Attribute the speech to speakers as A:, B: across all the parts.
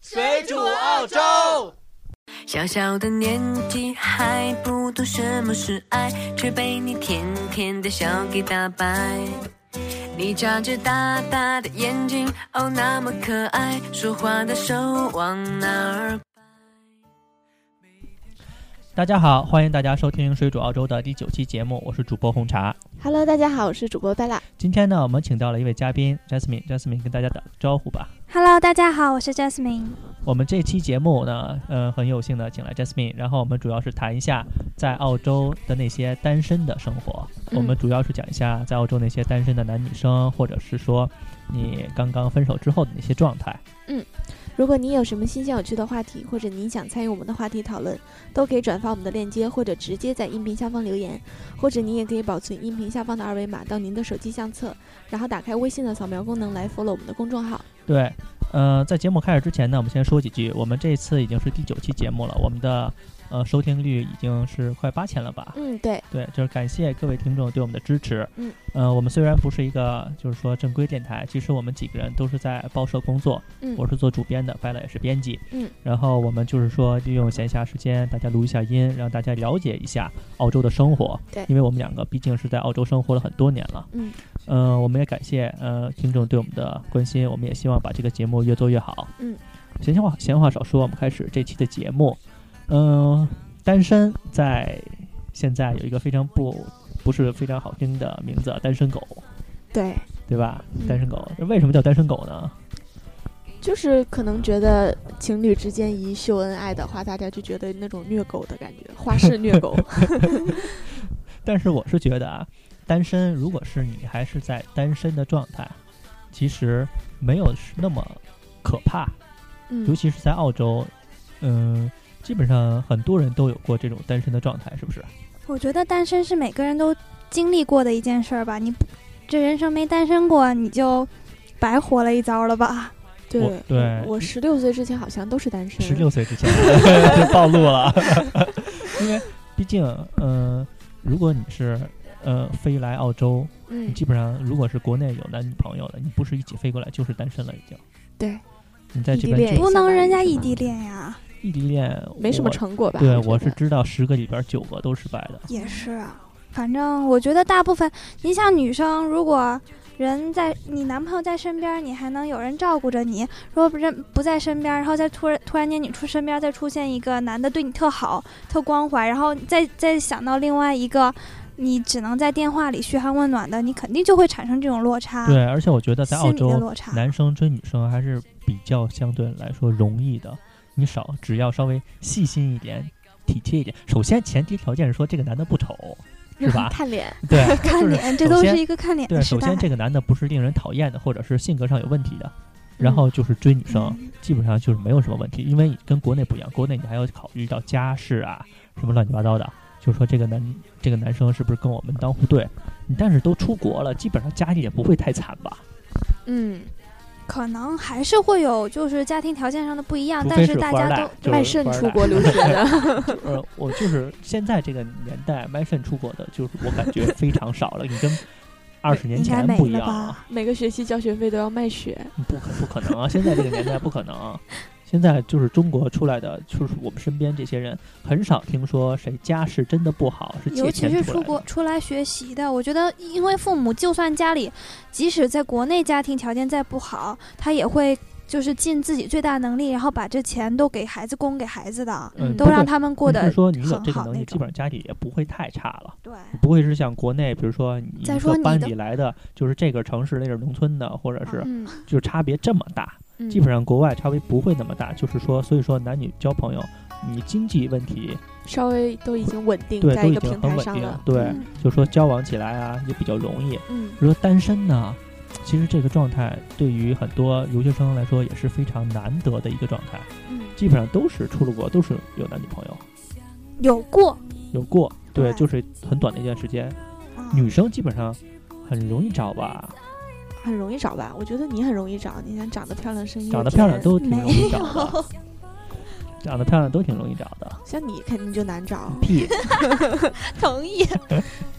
A: 水煮澳洲。
B: 小小的年纪还不懂什么是爱，却被你甜甜的笑给打败。你眨着大大的眼睛，哦，那么可爱，说话的手往哪儿
C: 大家好，欢迎大家收听《水煮澳洲》的第九期节目，我是主播红茶。
D: Hello，大家好，我是主播贝拉。
C: 今天呢，我们请到了一位嘉宾 Jasmine，Jasmine 跟大家打个招呼吧。
E: Hello，大家好，我是 Jasmine。
C: 我们这期节目呢，呃，很有幸的请来 Jasmine，然后我们主要是谈一下在澳洲的那些单身的生活。
D: 嗯
C: 我们主要是讲一下在澳洲那些单身的男女生，或者是说你刚刚分手之后的那些状态。
D: 如果你有什么新鲜有趣的话题，或者你想参与我们的话题讨论，都可以转发我们的链接，或者直接在音频下方留言，或者你也可以保存音频下方的二维码到您的手机相册，然后打开微信的扫描功能来 follow 我们的公众号。
C: 对，呃，在节目开始之前呢，我们先说几句。我们这次已经是第九期节目了，我们的呃收听率已经是快八千了吧？
D: 嗯，对，
C: 对，就是感谢各位听众对我们的支持。
D: 嗯，
C: 呃，我们虽然不是一个就是说正规电台，其实我们几个人都是在报社工作，
D: 嗯
C: 我是做主编的，白乐也是编辑。
D: 嗯，
C: 然后我们就是说利用闲暇时间，大家录一下音，让大家了解一下澳洲的生活。
D: 对
C: 因为我们两个毕竟是在澳洲生活了很多年了。
D: 嗯，
C: 呃，我们也感谢呃听众对我们的关心，我们也希望把这个节目越做越好。
D: 嗯，
C: 闲话闲话少说，我们开始这期的节目。嗯、单身在现在有一个非常不不是非常好听的名字，单身狗，
D: 对，
C: 对吧？
D: 嗯
C: 单身狗为什么叫单身狗呢？
D: 就是可能觉得情侣之间一秀恩爱的话，大家就觉得那种虐狗的感觉，花式虐 狗。
C: 但是我是觉得啊，单身如果是你还是在单身的状态，其实没有那么可怕，尤
D: 嗯，
C: 其是在澳洲，嗯、基本上很多人都有过这种单身的状态，是不是？
E: 我觉得单身是每个人都经历过的一件事儿吧，你不这人生没单身过，你就白活了一遭了吧？
C: 我
D: 对
C: 对
D: 我十六岁之前好像都是单身。
C: 十六岁之 前就暴露了， 因为毕竟，呃，如果你是呃飞来澳洲，你
D: 嗯，
C: 基本上如果是国内有男女朋友的，你不是一起飞过来就是单身了，已经。
D: 对，
C: 你哎在这边
D: 异地恋
C: 就
E: 不能人家
D: 相当于
E: 异
D: 是
E: 地恋呀，
C: 异地恋，
D: 没什么
C: 我
D: 成果吧？
C: 对，
D: 我
C: 我
D: 觉
C: 是
D: 得
C: 知道十个里边九个都是失败的。
E: 也是啊。反正我觉得大部分，你像女生，如果人在你男朋友在身边，你还能有人照顾着你；如果不人不在身边，然后再突然突然间你出身边再出现一个男的对你特好、特关怀，然后再再想到另外一个，你只能在电话里嘘寒问暖的，你肯定就会产生这种落差，
C: 对，而且我觉得在澳
E: 啊心理的
C: 洲，
E: 落差。
C: 男生追女生还是比较相对来说容易的。你少，只要稍微细心一点，体贴一点。首先，前提条件是说这个男的不丑，是 吧？
D: 看脸。
C: 对，
E: 看
C: 就是
E: 脸，这
C: 首
E: 都
C: 先
E: 是一个看脸
C: 对，
E: 的时
C: 首
E: 代。
C: 先这个男的不是令人讨厌的，或者是性格上有问题的，然后就是追女生，
E: 嗯
C: 基本上就是没有什么问题，因为跟国内不一样，国内你还要考虑到家世啊，什么乱七八糟的，就是说这个男这个男生是不是跟我门当户对，你但是都出国了，基本上家里也不会太惨吧，
D: 嗯，
E: 可能还是会有就是家庭条件上的不一样，
C: 除
E: 但
C: 非
E: 是大
C: 富二
E: 家
C: 代
E: 都，
C: 啊就是
D: 卖肾
C: 富二
D: 出
C: 代
D: 国留 学的，
C: 呃，我就是现在这个年代卖肾出国的，就是我感觉非常少了，你跟二十年
E: 应该
C: 前
E: 没
C: 不一
E: 了
C: 样啊。
E: 吧
D: 每个学期交学费都要卖血。
C: 不可不可能啊！现在这个年代不可能啊、现在就是中国出来的，就是我们身边这些人，很少听说谁家世真的不好，是
E: 尤
C: 借
E: 其
C: 钱
E: 是
C: 出来
E: 出
C: 的
E: 国出来学习的，我觉得，因为父母就算家里，即使在国内家庭条件再不好，他也会就是尽自己最大能力，然后把这钱都给孩子供给孩子的，
C: 嗯，
E: 都
C: 不
E: 让
C: 会
E: 他们过
C: 你
E: 得
C: 是说你有
E: 很
C: 这个
E: 好
C: 能
E: 那
C: 力，基
E: 种
C: 本上家里也不会太差了，
E: 对。
C: 不会是像国内，比如说你
E: 再
C: 一
E: 说
C: 个
E: 你
C: 班
E: 的
C: 里来的，就是这个城市那个农村的，或者是
D: 嗯，
C: 就是差别这么大。
D: 嗯
C: 基本上国外差别不会那么大，就是说，所以说男女交朋友，你经济问题
D: 稍微都已经稳定
C: 对
D: 在
C: 都
D: 一
C: 已
D: 个
C: 经
D: 平
C: 很
D: 台
C: 稳
D: 上
C: 定
D: 了，。
C: 对
E: 嗯，
C: 就说交往起来啊也比较容易。
D: 嗯，
C: 如果单身呢，其实这个状态对于很多留学生来说也是非常难得的一个状态。
D: 嗯，
C: 基本上都是出了国，都是有男女朋友，
E: 有过，
C: 有过，对，
E: 对
C: 就是很短的一段时间。
E: 嗯
C: 女生基本上很容易找吧，
D: 很容易找吧？我觉得你很容易找，你看长得漂亮，声音又
C: 长得漂亮
D: 甜
C: 都挺容易找
E: 没有
C: 的，长得漂亮都挺容易找的。
D: 哦
C: 嗯
D: 像你肯定就难找。
C: 屁，
E: 同意。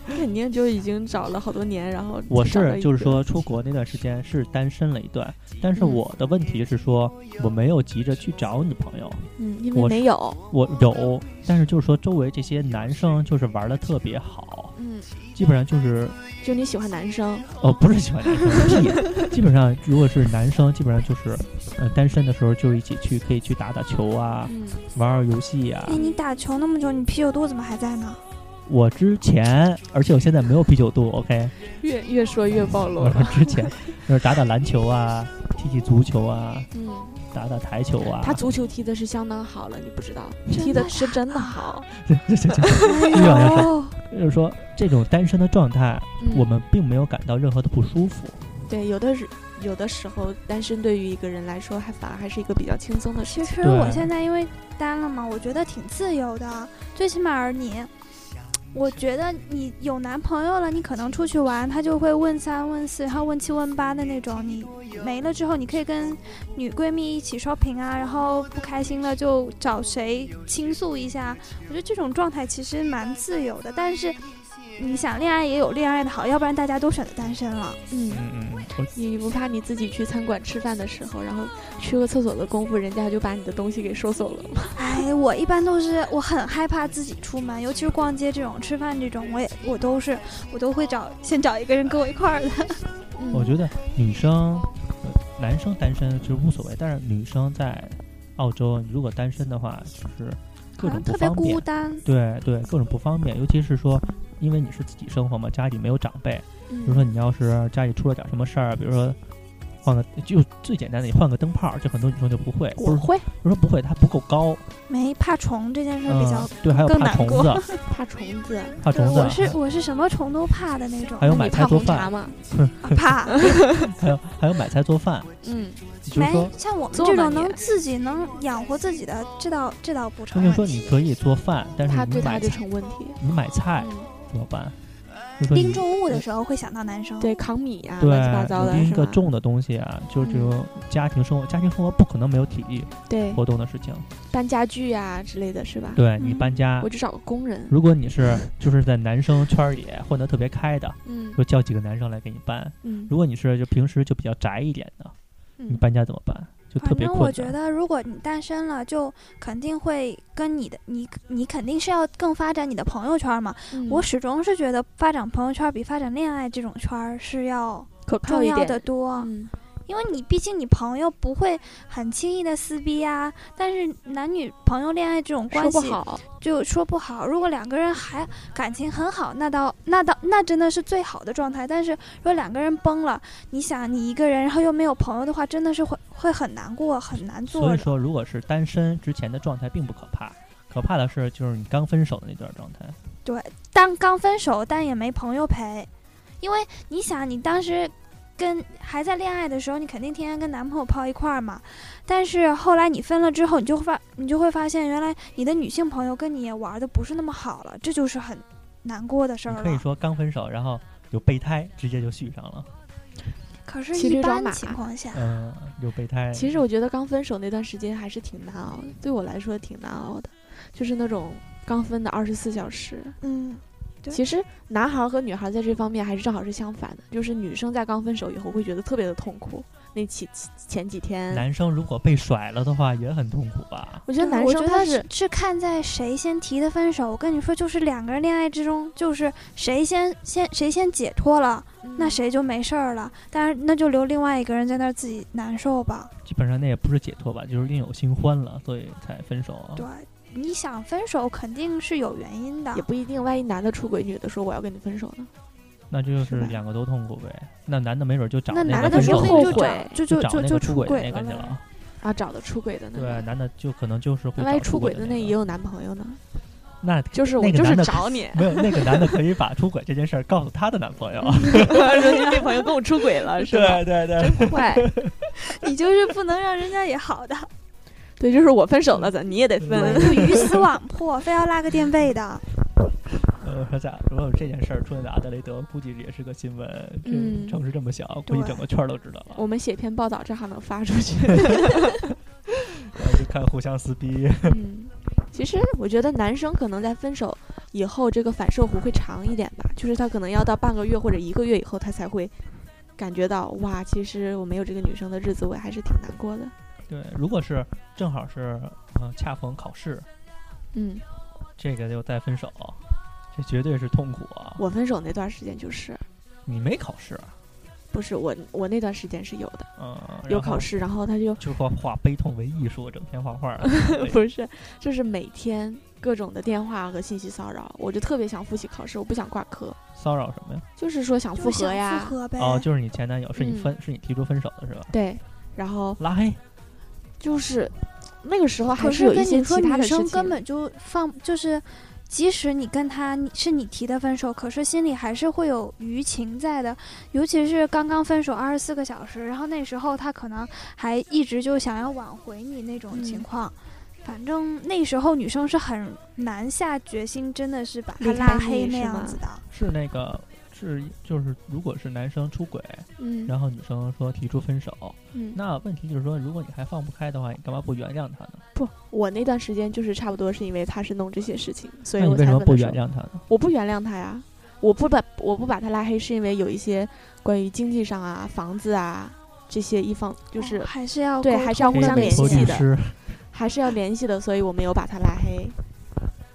D: 肯定就已经找了好多年，然后
C: 我
D: 才找到
C: 是
D: 一
C: 就是
D: 个，
C: 说出国那段时间是单身了一段，但是
D: 嗯
C: 我的问题是说我没有急着去找女朋友，
D: 嗯，因
C: 我
D: 为
C: 是啊
D: 没有，
C: 我有，但是就是说周围这些男生就是玩的特别好，
D: 嗯，
C: 基本上就是
D: 就你喜欢男生，
C: 哦不是喜欢男生，屁基本上如果是男生，基本上就是呃单身的时候就一起去可以去打打球啊，
D: 嗯，
C: 玩玩游戏啊
E: 哎，。你打球那么久，你啤酒肚怎么还在呢？
C: 我之前，而且我现在没有啤酒肚，OK，
D: 越越说越暴露
C: 我说
D: 了，
C: 之前就是打打篮球啊，踢踢足球啊，
D: 嗯，
C: 打打台球啊。
D: 他足球踢的是相当好了，你不知道，
E: 真的
D: 踢的是
C: 啊
D: 真的好，嗯
C: 对对对对越往下
E: 哦，
C: 就是说这种单身的状态，
D: 嗯
C: 我们并没有感到任何的不舒服。
D: 对有的是有的时候单身对于一个人来说还反而还是一个比较轻松的事
E: 其
D: 情，
E: 实
C: 对
E: 我现在因为单了嘛，我觉得挺自由的，最起码儿你。我觉得你有男朋友了，你可能出去玩，他就会问三问四，然后问七问八的那种。你没了之后，你可以跟女闺蜜一起 shopping 啊，然后不开心了就找谁倾诉一下。我觉得这种状态其实蛮自由的，但是你想恋爱也有恋爱的好，要不然大家都选择单身了。
D: 嗯。
C: 嗯嗯，我
D: 你不怕你自己去餐馆吃饭的时候，然后去个厕所的功夫，人家就把你的东西给收走了吗？
E: 哎，我一般都是我很害怕自己出门，尤其是逛街这种、吃饭这种，我也我都是我都会找先找一个人跟我一块儿的。
D: 嗯
C: 我觉得女生、呃男生单身其实无所谓，但是女生在澳洲如果单身的话，就是各
E: 好
C: 种
E: 像
C: 不
E: 特别
C: 方便
E: 孤。单。
C: 对对，各种不方便，尤其是说，因为你是自己生活嘛，家里没有长辈，
D: 嗯，
C: 比如说你要是家里出了点什么事儿，比如说换个就最简单的，你换个灯泡，这很多女生就不会，不
D: 我
C: 是
D: 会
C: 不是说不会，它不够高，
E: 没怕虫这件事儿比较
C: 嗯，，对，还有
E: 更
C: 怕
E: 难
C: 虫
E: 过
C: 子，
D: 怕虫子，啊
C: 怕
E: 对
C: 虫子啊
E: 我，是我是什么虫都怕的那种
C: 还，有
D: 那
C: 买
D: 你
C: 菜
D: 怕
C: 做
D: 红茶
C: 饭，
D: 吗？
E: 啊怕。
C: 还有还有买菜做饭，
D: 嗯，
C: 就是说
E: 没，像我们
D: 做
E: 这
D: 吧
E: 种
D: 你
E: 能自己能养活自己的，这倒这倒不
C: 那
E: 成
C: 就
E: 问
C: 是说
E: 题
C: 你可以做饭，但
D: 他
C: 是你
D: 对他
C: 买
D: 就
C: 菜
D: 成问题。
C: 你买菜
D: 嗯，
C: 怎么办？
D: 呃
C: 就说你
E: 拎重
C: 嗯
E: 物的时候会想到男生，
D: 对，扛米呀、
C: 对
D: 啊乱七八糟的，
C: 拎
D: 是
C: 个
D: 吧？嗯
C: 重的东西啊，就是这种家庭生活，家庭生活不可能没有体力
D: 对，
C: 活动的事情。
D: 搬家具呀、之类的，是吧？
C: 对你
E: 嗯
C: 搬家
D: 我，就找个工人。
C: 如果你是就是在男生圈儿里混得特别开的，
D: 嗯
C: 就叫几个男生来给你搬；
D: 嗯
C: 如果你是就平时就比较宅一点的，你
D: 嗯，
C: 搬家怎么办？就特
E: 反
C: 别
E: 正
C: 困
E: 我
C: 难。
E: 觉得，如果你单身了，就肯定会跟你的你你肯定是要更发展你的朋友圈嘛。
D: 嗯
E: 我始终是觉得发展朋友圈比发展恋爱这种圈儿是要
D: 可靠
E: 重
D: 一
E: 要
D: 点
E: 的。多，
D: 嗯，
E: 因为你毕竟你朋友不会很轻易的撕逼啊，但是男女朋友恋爱这种
D: 说
E: 关
D: 不
E: 系
D: 好，
E: 就说不好。如果两个人还感情很好，那倒那倒那真的是最好的状态。但是如果两个人崩了，你想你一个人，然后又没有朋友的话，真的是会会很难过，很难做
C: 所
E: 的
C: 以。说，如果是单身之前的状态并不可怕，可怕的是就是你刚分手的那段状态。
E: 当刚分手，但也没朋友陪，因为你想，你当时跟还在恋爱的时候，你肯定天天跟男朋友泡一块儿嘛。但是后来你分了之后，你就发你就会发现，原来你的女性朋友跟你也玩的不是那么好了，这就是很难过的事
C: 你
E: 儿
C: 可以
E: 了。
C: 说刚分手，然后有备胎，直接就续上了。
E: 可是，
D: 骑驴
E: 一
D: 找
E: 般
D: 马
E: 情况下，
C: 嗯，有备胎。
D: 其实我觉得刚分手那段时间还是挺难熬的，对我来说挺难熬的，就是那种刚分的二十四小时。
E: 嗯，对
D: 其实男孩儿和女孩儿在这方面还是正好是相反的，就是女生在刚分手以后会觉得特别的痛苦，那几前几天，
C: 男生如果被甩了的话，也很痛苦吧？
D: 我觉得
E: 对
D: 男
E: 我
D: 生
E: 觉
D: 他
E: 得
D: 是
E: 是是看在谁先提的分手。我跟你说，就是两个人恋爱之中，就是谁先先谁先解脱了，那
D: 嗯
E: 谁就没事儿了，但是那就留另外一个人在那儿自己难受吧。
C: 基本上那也不是解脱吧，就是另有新欢了，所以才分手啊。
E: 对，你想分手肯定是有原因的
D: 啊也。不一定，万一男的出轨，女的说我要跟你分手呢？
C: 那就是是
D: 吧
C: 两个都痛苦呗。那男的没准就找
E: 那
C: 那
E: 男
C: 个
E: 的
C: 分
E: 说
C: 手
E: 不
D: 后
E: 定就
D: 悔
E: 找就
C: 就
E: 就
C: 找
E: 就
C: 那
E: 就
C: 个出
E: 出
C: 轨的
E: 轨
C: 那
E: 了
C: 个去
E: 呗
C: 了。。
D: 啊，找的出轨的那
C: 对，啊
D: 个，
C: 男的就可能就是会
D: 那万一
C: 找
D: 出轨
C: 的
D: 的那
C: 个
D: 也有男朋友呢？
C: 那
D: 就是我
C: 那个
D: 就是
C: 男的
D: 找你，
C: 没有那个男的可以把出轨这件事儿告诉他的男朋友。啊
D: 说你女朋友跟我出轨了，是吧？
C: 对对对，啊
D: 坏，
E: 你就是不能让人家也 好的，
D: 对，就是我分手了，咱你也得分。
E: 就鱼死网破，非要拉个垫背的。
C: 呃我说咋？如果有这件事儿出现在阿德雷德，估计也是个新闻。这
D: 嗯
C: 城市这么小，估计
E: 对
C: 整个圈儿都知道了。
D: 我们写篇报道，这还能发出 去。
C: 然后就看互相撕逼。
D: 嗯，其实我觉得男生可能在分手以后这个反射弧会长一点吧，就是他可能要到半个月或者一个月以后，他才会感觉到哇，其实我没有这个女生的日子，我还是挺难过的。
C: 对，如果是正好是嗯、呃恰逢考试，
D: 嗯，
C: 这个就再分手，这绝对是痛苦啊！
D: 我分手那段时间就是，
C: 你没考试，
D: 不是我我那段时间是有的，
C: 嗯，
D: 有
C: 然后
D: 考试，然后他就。
C: 就化化悲痛为艺术，整天画画
D: 不是，就是每天各种的电话和信息骚扰，我就特别想复习考试，我不想挂科，
C: 骚扰什么呀？
D: 就是说想
E: 就是
D: 复合
E: 想
D: 呀，
E: 复合呗。
C: 哦，就是你前男友，是你
D: 哎嗯
C: 分，是你提出分手的是吧？
D: 对，然后
C: 拉黑，
D: 就是那个时候还
E: 可
D: 有一
E: 跟
D: 些
E: 你说，
D: 其他
E: 女
D: 的事
E: 生
D: 情，
E: 根本就放，就是即使你跟他你是你提的分手，可是心里还是会有余情在的。尤其是刚刚分手二十四个小时，然后那时候他可能还一直就想要挽回你那种情
D: 嗯
E: 况。反正那时候女生是很难下决心，真的是把他
D: 离
E: 拉
D: 开你
E: 黑那
D: 是
E: 样
D: 吗
E: 子的。
C: 是那个是就是，如果是男生出轨，
D: 嗯
C: 然后女生说提出分手，
D: 嗯，
C: 那问题就是说，如果你还放不开的话，你干嘛不原谅他呢？
D: 不，我那段时间就是差不多是因为他是弄这些事情，所以
C: 那你
D: 我
C: 为什
D: 才
C: 么
D: 分的
C: 不
D: 手
C: 原谅他呢？
D: 我不原谅他呀，我不把我不把他拉黑，是因为有一些关于经济上啊、房子啊这些一方就
E: 哦
D: 是、
E: 还是要
D: 对
E: 沟
D: 还是
E: 通
D: 要互
E: 的
D: 相
C: 委
D: 联
C: 托
D: 系
C: 律
D: 的
C: 师，
D: 还是要联系的，所以我没有把他拉黑，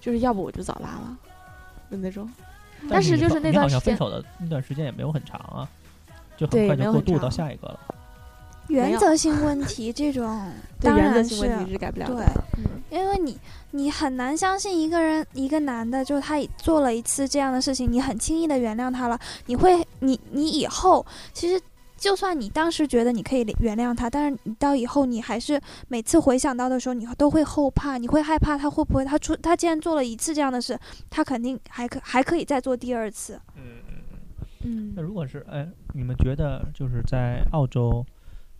D: 就是要不我就早拉了的那种。但是
C: 你
D: 就是
C: 放
D: 那
C: 你好
D: 段
C: 像
D: 时
C: 分
D: 间
C: 手的那段时间也没有很长啊，就很
D: 对
C: 快就
D: 没有
C: 过
D: 很
C: 渡到
D: 长
C: 下一个了。
E: 原
D: 有
E: 则性问题这种，
D: 对
E: 当
D: 原则
E: 然
D: 性
E: 是
D: 问题是改不了的。
E: 对。
D: 嗯
E: 因为你你很难相信一个人一个男的，就是他做了一次这样的事情，你很轻易的原谅他了，你会你你以后其实。就算你当时觉得你可以原谅他，但是你到以后，你还是每次回想到的时候，你都会后怕，你会害怕他会不会他出他既然做了一次这样的事，他肯定还可还可以再做第二次。
C: 嗯嗯嗯。那
D: 嗯，
C: 如果是哎，你们觉得就是在澳洲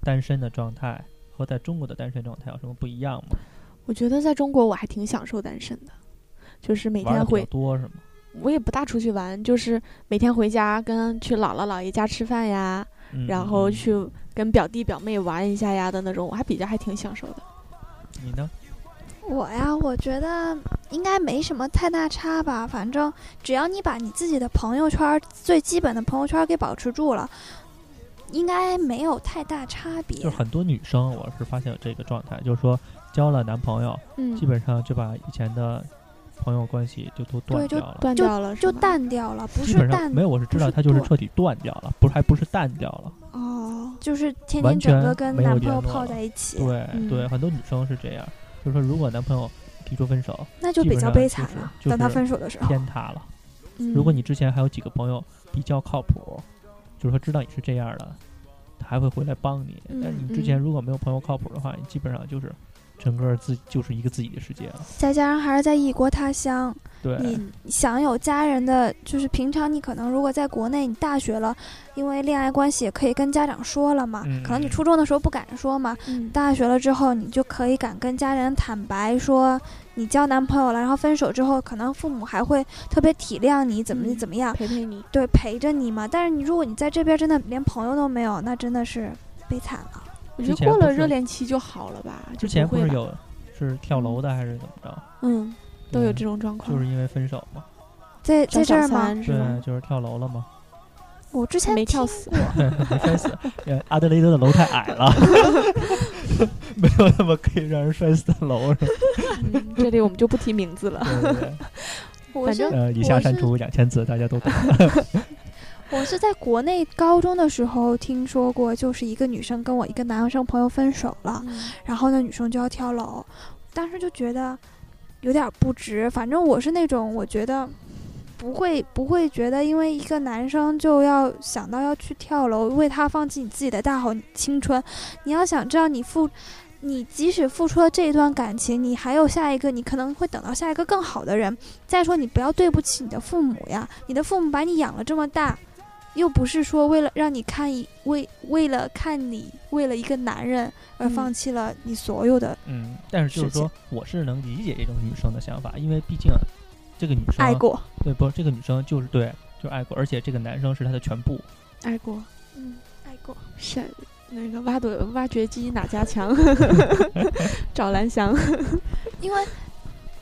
C: 单身的状态和在中国的单身状态有什么不一样吗？
D: 我觉得在中国我还挺享受单身的，就是每
C: 玩的
D: 天
C: 比较
D: 回
C: 多是吗？
D: 我也不大出去玩，就是每天回家跟去姥姥姥爷家吃饭呀，
C: 嗯
D: 然
C: 嗯
D: 后
C: 嗯
D: 去跟表弟表妹玩一下呀的那种，我还比较还挺享受的。
C: 啊你呢？
E: 我呀，我觉得应该没什么太大差吧。反正只要你把你自己的朋友圈儿最基本的朋友圈儿给保持住了，应该没有太大差别
C: 就是。很多女生，我是发现有这个状态，就是说交了男朋友，
D: 嗯
C: 基，本上就把以前的朋友关系就都断
E: 对就
C: 掉了。
D: 断掉了
E: 就是
D: 吗
E: 淡掉了，不
C: 基
E: 是
C: 本上
E: 淡
C: 没有，我是知道
E: 是
C: 她就是
E: 断
C: 彻底断掉了，不是还不是淡掉了。
E: 哦，就是天
C: 完
E: 天整
C: 全
E: 个跟
C: 没有
E: 男
C: 联
E: 朋友
C: 络
E: 泡
C: 了
E: 在一起，
C: 对、对，
D: 嗯
C: 很多女生是这样，就是说如果男朋友提出分手，
E: 那就
C: 基
E: 比
C: 本
E: 较
C: 上
E: 悲
C: 就
E: 惨
C: 是
E: 了。
C: 就
E: 等他
C: 是
E: 分手的时候，
C: 偏她了。
D: 嗯
C: 如果你之前还有几个朋友比较靠谱，就是说知道你是这样的，他还会回来帮你。
D: 嗯
C: 但是你之前如果没有朋友靠谱的话，你基本上就是整个自己就是一个自己的世界了。
E: 再加上还是在异国他乡，
C: 对，
E: 你想有家人的，就是平常你可能如果在国内，你大学了，因为恋爱关系也可以跟家长说了嘛。
C: 嗯
E: 可能你
C: 嗯
E: 初中的时候不敢说嘛，
D: 嗯
E: 大学了之后你就可以敢跟家人坦白说你交男朋友了，然后分手之后，可能父母还会特别体谅你怎么
D: 嗯
E: 怎么样，
D: 陪陪你，
E: 对，陪着你嘛。但是你如果你在这边真的连朋友都没有，那真的是悲惨了。
D: 我
C: 之
D: 觉得
C: 前
D: 过
C: 不
D: 了
C: 是
D: 热恋期就好了吧？就
C: 之前
D: 不
C: 不
D: 会
C: 是
D: 吧
C: 有是跳楼的还是怎么着？
D: 嗯都
C: 对
D: 有这种状况，
C: 就是因为分手嘛，
E: 在
D: 找
E: 在这
D: 小
E: 儿吗？
D: 三是
C: 对，
D: 吗？
C: 就是跳楼了嘛，
E: 我之前
D: 没跳
E: 听
D: 死，
C: 没摔死。因呃为阿德雷德的楼太矮 了，没有那么可以让人摔死的楼。 是吧
D: 嗯这里我们就不提名字了。
C: 对对
E: 我
D: 反
E: 是
C: 对，呃，以下删除两千字，大家都懂。
E: 我是在国内高中的时候听说过，就是一个女生跟我一个男生朋友分手了，然后那女生就要跳楼，当时就觉得有点不值。反正我是那种，我觉得不会不会觉得，因为一个男生就要想到要去跳楼，为他放弃你自己的大好青春。你要想知道，你付你即使付出了这一段感情，你还有下一个，你可能会等到下一个更好的人。再说，你不要对不起你的父母呀，你的父母把你养了这么大。又不是说为了让你看一为为了看你为了一个男人而
D: 嗯
E: 放弃了你所有的
C: 嗯，但是就是
E: 是
C: 说，我是能理解这种女生的想法，因为毕竟这个女生
E: 爱过。
C: 对不？这个女生就是对，就是爱过，而且这个男生是她的全部。
D: 爱国
E: 嗯，爱过。
D: 是那个挖朵 挖掘机哪家强？找兰香，
E: 因为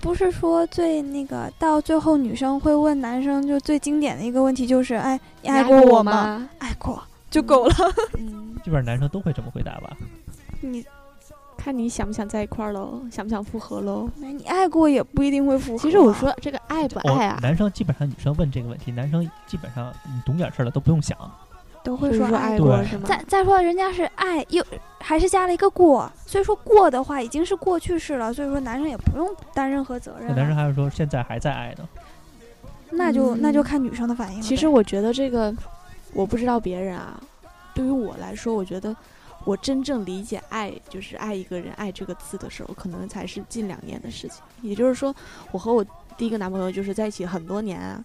E: 不是说最那个到最后女生会问男生就最经典的一个问题就是，哎，你爱过我吗？
D: 吗？
E: 爱过就够了。
D: 嗯，
C: 基本上男生都会这么回答吧？
E: 你
D: 看你想不想在一块儿喽，想不想复合喽？
E: 哎你爱过也不一定会复合。啊
D: 其实我说这个爱不
C: 哦
D: 爱啊，
C: 男生基本上女生问这个问题，男生基本上你懂点事儿了都不用想，
E: 都
D: 就
E: 会
D: 是
E: 说
D: 说
E: 爱
D: 爱
C: 过
D: 过
C: 对
D: 是吗？
E: 再再说，人家是爱又还是加了一个过，所以说过的话已经是过去式了，所以说男生也不用担任何责任
C: 那
D: 哎
E: 了。
C: 男生还是说现在还在爱呢？
E: 那就、
D: 嗯
E: 那就看女生的反应了呗。
D: 其实我觉得这个，我不知道别人啊，对于我来说，我觉得我真正理解爱就是爱一个人、爱这个字的时候，可能才是近两年的事情。也就是说，我和我第一个男朋友就是在一起很多年啊，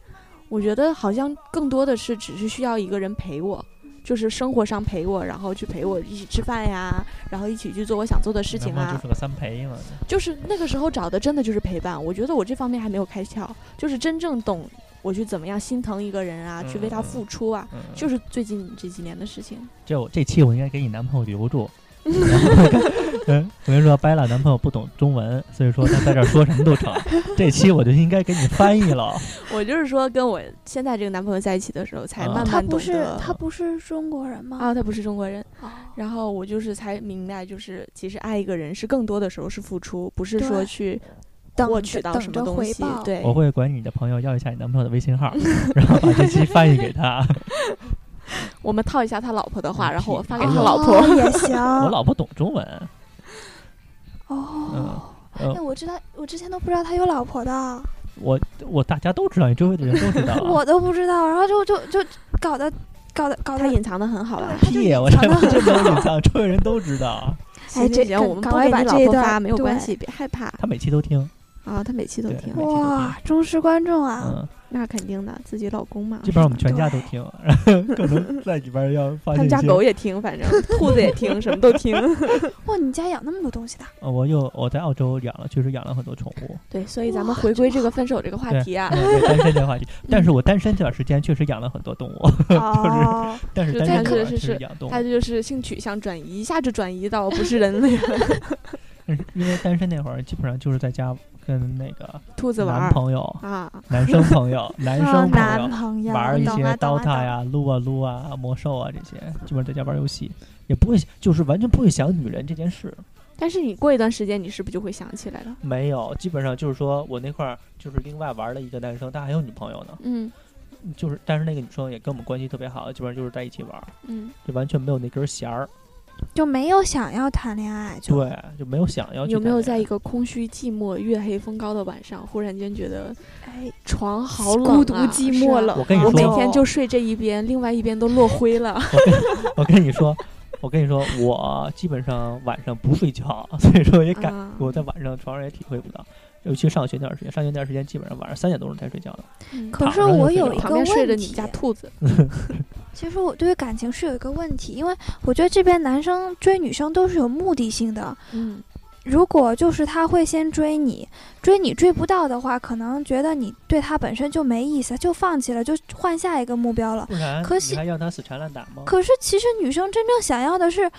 D: 我觉得好像更多的是只是需要一个人陪我。就是生活上陪我，然后去陪我一起吃饭呀，然后一起去做我想做的事情
C: 男朋友
D: 啊
C: 就，是个三陪嘛。
D: 就是那个时候找的真的就是陪伴，我觉得我这方面还没有开窍，就是真正懂我去怎么样心疼一个人啊，
C: 嗯
D: 去为他付出啊，
C: 嗯，
D: 就是最近这几年的事情。
C: 这我这期我应该给你男朋友留住。 然后我跟嗯，我跟你说，掰了男朋友不懂中文，所以说他在这儿说什么都成。 这期我就应该给你翻译了。
D: 我就是说，跟我现在这个男朋友在一起的时候，才
C: 啊
D: 慢
E: 他
D: 慢
E: 不
D: 懂
E: 是
D: 得。
E: 他不是中国人吗？
D: 啊，他不是中国人，
E: 哦，
D: 然后我就是才明白，就是其实爱一个人是更多的时候是付出，不是
E: 对
D: 说去
E: 等
D: 获
E: 着
D: 取到
E: 等
D: 什么
E: 着
D: 东
E: 回
D: 西
E: 报。，
D: 对，
C: 我会管你的朋友要一下你男朋友的微信号，然后把这期翻译给
D: 啊
C: 他。
D: 我们套一下他老婆的话，然后我发给
C: 哎
D: 他
C: 呦
D: 老婆。
E: 哦也行。
C: 我老婆懂中文，
E: 哦。
C: 呃
E: 哎，，我知道，我之前都不知道他有老婆的，。
C: 啊我我大家都知道，你周围的人都知 道
E: 我都不知道，然后就就就搞得搞得搞
D: 他
E: 得，
D: 隐藏的很好啊
E: 哎
D: 吧？
C: 屁！我这
E: 藏得
C: 这没有隐藏，周围人都知道。
E: 哎，
D: 这
E: 这
D: 行，
E: 赶
D: 我们
E: 赶
D: 不
E: 快
D: 给
E: 把
D: 你老
E: 这一
D: 婆
E: 段
D: 发，没有关
E: 对
D: 系，别害怕
C: 他每期都听，
D: 啊。他每期都
C: 对
D: 听
C: 每，期都
E: 哇，忠实观众啊！
C: 嗯，
D: 那肯定的，自己老公嘛，
C: 基本上我们全家都听，然后可能在里边要发现
D: 他们
C: 一
D: 家
C: 些。
D: 狗也听，反正兔子也听，什么都听。
E: 哇，你家养那么多东西 的，
C: 呃我有我在澳洲养了，确实养了很多宠物。
D: 对，所以咱们
E: 哇
D: 回
E: 这
D: 归这个分手这个话
C: 对
D: 题啊，
C: 嗯对单身这个 话题，但是我单身这段时间确实养了很多动物，
E: 哦，
C: 但是
D: 就
C: 单
D: 在
C: 身这
D: 是
C: 段
D: 是
C: 确实
D: 是
C: 养动物
D: 他，就是性取向转移，一下就转移到不是人类了，
C: 但是因为单身那会儿基本上就是在家跟那个
D: 兔子玩
C: 男
D: 儿哦
C: 朋友、
D: 啊，
C: 男生朋 友、男
E: 啊
C: 生朋
E: 男
C: 友
E: 朋友
C: 玩儿一
E: 懂
C: 些
E: 了懂了
C: DOTA 呀、撸啊撸啊、魔兽啊这些，基本上在家玩游戏，也不会就是完全不会想女人这件事。
D: 但是你过一段时间，你是不是就会想起来了？
C: 没有，基本上就是说我那块儿就是另外玩了一个男生，他还有女朋友呢，
D: 嗯
C: 就是但是那个女生也跟我们关系特别好，基本上就是在一起玩儿，
D: 嗯，
C: 就完全没有那根弦儿，
E: 就没有想要谈恋爱，就
C: 对，就啊没有想要去
D: 有没有
C: 谈
D: 在
C: 恋
D: 一个空虚、寂寞、月黑风高的晚上，忽然间觉得
E: 哎，
D: 床好冷、啊，
E: 孤独寂
D: 是
E: 寞
D: 啊
E: 冷啊。
C: 我跟你
D: 我每
C: 说
D: 天就睡这一边，另外一边都落灰了。
C: 爱？我跟你说，我跟你说，我基本上晚上不睡觉，所以说也感、
D: 啊
C: 我在晚上床上也体会不到。尤其上学那段时间，上学那段时间基本上晚上三点多钟才睡觉的。
D: 嗯
E: 可是
C: 躺着就
E: 我
C: 睡
E: 有
C: 着
E: 一
D: 旁
E: 个
D: 边睡着
E: 问
D: 你们
E: 题
D: 家，兔子，
E: 其实我对于感情是有一个问题，因为我觉得这边男生追女生都是有目的性的。
D: 嗯，
E: 如果就是他会先追你，追你追不到的话，可能觉得你对他本身就没意思，就放弃了，就换下一个目标了。
C: 不然
E: 可是
C: 你还让他死缠烂打吗？
E: 可是其实女生真正想要的是，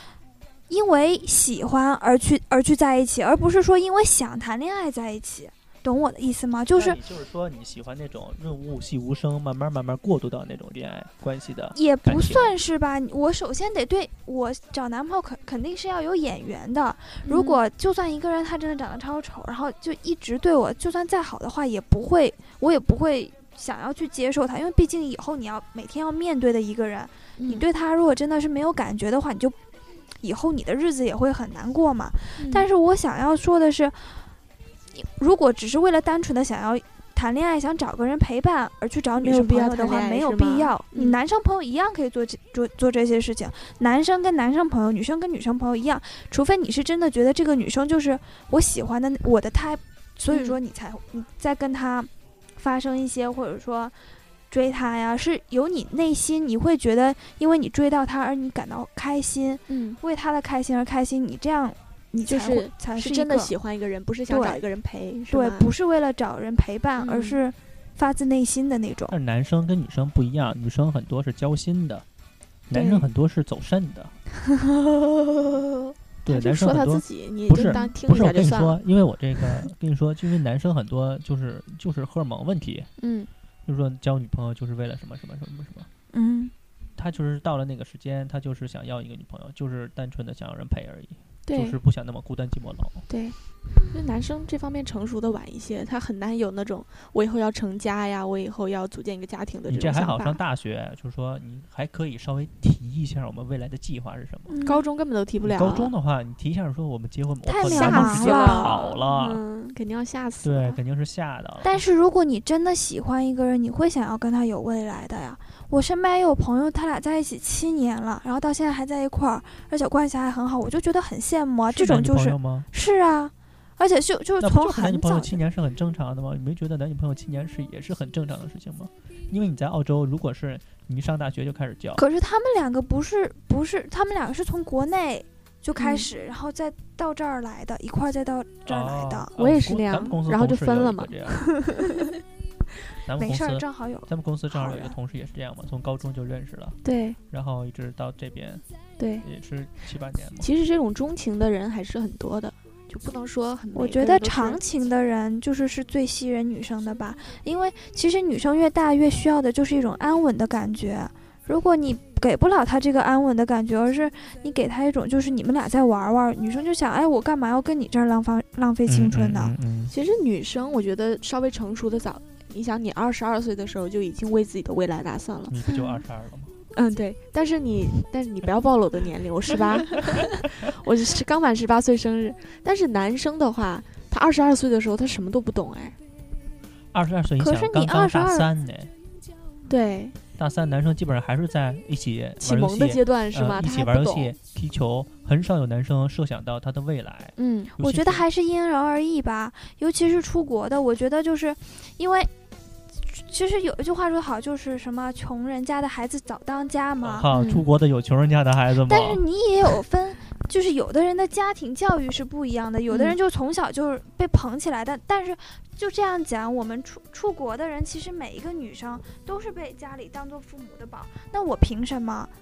E: 因为喜欢而去而去在一起，而不是说因为想谈恋爱在一起，懂我的意思吗？就
C: 那
E: 是
C: 你就是说你喜欢那种润物细无声，慢慢慢慢过渡到那种恋爱关系的。
E: 也
C: 感
E: 不
C: 情
E: 算是吧。我首先得对我找男朋友肯肯定是要有眼缘的。如
D: 嗯
E: 果就算一个人他真的长得超丑，然后就一直对我，就算再好的话，也不会，我也不会想要去接受他，因为毕竟以后你要每天要面对的一个人，你
D: 嗯
E: 对他如果真的是没有感觉的话，你就以后你的日子也会很难过嘛。
D: 嗯
E: 但是我想要说的是，你如果只是为了单纯的想要谈恋爱、想找个人陪伴而去找女
D: 没有
E: 生
D: 必
E: 朋
D: 要
E: 友的
D: 谈
E: 话
D: 恋，爱
E: 没有
D: 是吗
E: 必要。你
D: 嗯
E: 男生朋友一样可以做这做做这些事情，男生跟男生朋友、女生跟女生朋友一样，除非你是真的觉得这个女生就是我喜欢的我的 type，所以
D: 嗯
E: 说你才你再跟她发生一些或者说。追她呀，是由你内心，你会觉得，因为你追到她而你感到开心，
D: 嗯，
E: 为她的开心而开心，你这样，你
D: 就
E: 才会
D: 是
E: 才
D: 呃是
E: 一
D: 真的
E: 个
D: 喜欢一个人，不是想找
E: 对
D: 一个人陪，是
E: 对
D: 吗，
E: 不是为了找人陪伴，而
D: 嗯
E: 是发自内心的那种。
C: 但是男生跟女生不一样，女生很多是交心的，男
E: 对
C: 生很多是走肾的。对，
D: 就
C: 男生
D: 说
C: 很
D: 他
C: 多
D: 自己，你
C: 不
D: 就是当听
C: 不
D: 一
C: 是，我
D: 下就
C: 跟你
D: 算了。
C: 说，因为我这个跟你说，就因为男生很多就是就是荷尔蒙问题，
D: 嗯
C: 就是说交女朋友就是为了什么什么什么什么，
D: 嗯，
C: 他就是到了那个时间，他就是想要一个女朋友，就是单纯的想要人陪而已，就
D: 对
C: 是不想那么孤单寂寞冷。
D: 对，就男生这方面成熟的晚一些，他很难有那种我以后要成家呀，我以后要组建一个家庭的
C: 你这
D: 种
C: 还
D: 想
C: 好，
D: 法。
C: 上大学就是说你还可以稍微提一下我们未来的计划是什么。
D: 高中根本都提不了，
C: 高中的话，你提一下说我们结婚，我
E: 太
C: 靠
E: 渺
C: 咱们
E: 茫
C: 直接
E: 了
C: 跑了，
D: 嗯，肯定要吓死
C: 对，
D: 了。
C: 肯定是吓到了。
E: 但是如果你真的喜欢一个人，你会想要跟他有未来的呀。我身边也有朋友，他俩在一起七年了，然后到现在还在一块儿，而且关系还很好，我就觉得很羡慕啊。这种
C: 男女
E: 就
C: 朋
E: 是
C: 友吗？
E: 是啊，而且就就是
C: 那不
E: 从
C: 就是男女
E: 很
C: 朋
E: 早
C: 友七年是很正常的吗？你没觉得男女朋友七年是也是很正常的事情吗？因为你在澳洲，如果是你一上大学就开始交，
E: 可是他们两个不是不是，他们两个是从国内就
C: 嗯
E: 开始，然后再到这儿来的，一块儿再到这儿来的。
C: 哦
D: 我也是那样然后就分了嘛。
C: 咱们
E: 没
C: 公司
E: 事
C: 有一个这样
E: 儿，正好有。
C: 咱们公司咱们公司正好有一
E: 好
C: 个
E: 的
C: 同事也是这样嘛，从高中就认识了，
D: 对
C: 然后一直到这边
D: 对，
C: 也是七八年嘛。
D: 其实这种钟情的人还是很多的，就不能说很。
E: 我
D: 每
E: 觉
D: 个
E: 得
D: 人都是
E: 长情的人就是是最吸引女生的吧，因为其实女生越大越需要的就是一种安稳的感觉。如果你给不了她这个安稳的感觉，而是你给她一种就是你们俩在玩玩，女生就想，哎，我干嘛要跟你这儿浪费浪费青春呢？
C: 嗯嗯嗯
D: 其实女生，我觉得稍微成熟的早。你想，你二十二岁的时候就已经为自己的未来打算了
C: 嗯。你不就
E: 嗯
C: 二十二了吗？
D: 嗯，对。但是你，但是你不要暴露我的年龄，我十 八，我是刚满十八岁生日。但是男生的话，他二十二岁的时候，他什么都不懂，哎，
C: 二十二岁，
E: 可
C: 想
E: 是你
C: 刚刚大
E: 22
C: 三呢，
D: 对，
C: 大三男生基本上还是在一起
D: 启
C: 玩游
D: 蒙的
C: 戏，
D: 阶段是吗？
C: 呃、一
D: 他
C: 起
D: 还
C: 玩
D: 不
C: 游戏
D: 懂。、
C: 踢球，很少有男生设想到他的未来。
D: 嗯，
C: 尤
E: 我
C: 其
E: 觉得
C: 是
E: 还是因人而异吧，尤其是出国的，我觉得就是因为。其实有一句话说得好，就是什么穷人家的孩子早当家嘛。
C: 哈，
D: 嗯
C: 出国的有穷人家的孩子吗？
E: 但是你也有分， 就是有的人的家庭教育是不一样的，有的人
D: 嗯
E: 就从小就是被捧起来的。但是就这样讲，我们出出国的人，其实每一个女生都是被家里当做父母的宝。那我凭什么？
D: 嗯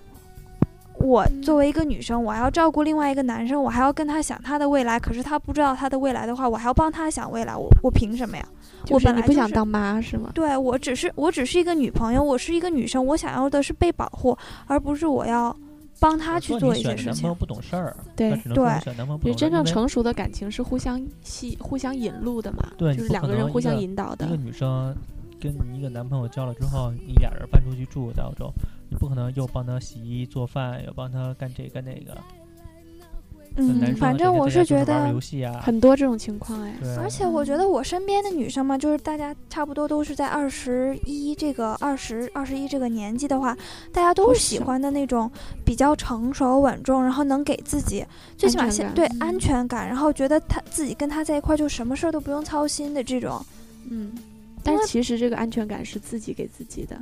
E: 我作为一个女生，我还要照顾另外一个男生，我还要跟他想他的未来。可是他不知道他的未来的话，我还要帮他想未来，我我凭什么呀？
D: 就
E: 我
D: 是
E: 本
D: 你
E: 来
D: 不
E: 就
D: 想
E: 是
D: 当妈是吗？
E: 对我只是我只是一个女朋友，我是一个女生，我想要的是被保护，而不是我要帮他
C: 我
E: 去
C: 说
E: 做
C: 你
E: 一
C: 选
E: 些
C: 的
E: 事
C: 男朋
E: 情嗯
C: 友。不懂事儿，
D: 对
C: 那只能说
E: 对
C: 你选男朋友不懂
D: 就是
C: 事儿。
D: 真正
C: 因为
D: 成熟的感情是互相吸、互相引路的嘛，
C: 对
D: 就
C: 你
D: 是
C: 不
D: 两
C: 可
D: 个人
C: 能
D: 互
C: 一
D: 相
C: 个
D: 引导
C: 一个
D: 的。
C: 女生跟你一个男朋友交了之后，你俩人搬出去住在澳洲，你不可能又帮他洗衣做饭，又帮他干这干那个。那男
E: 嗯，
C: 生
E: 反
C: 呢整
E: 正
C: 天
E: 我
C: 在家
E: 是
C: 就
E: 觉
C: 玩玩
E: 得
C: 游，戏啊，
D: 很多这种情况哎，
C: 对，
E: 而且我觉得我身边的女生嘛，就是大家差不多都是在二十一这个二十二十一这个年纪的话，大家
D: 好
E: 都是喜
D: 小
E: 欢的那种比较成熟稳重，然后能给自己最起码
D: 安全
E: 先
D: 感嗯
E: 对安全感，然后觉得他自己跟他在一块儿就什么事儿都不用操心的这种，
D: 嗯，但
E: 为
D: 是其实这个安全感是自己给自己的，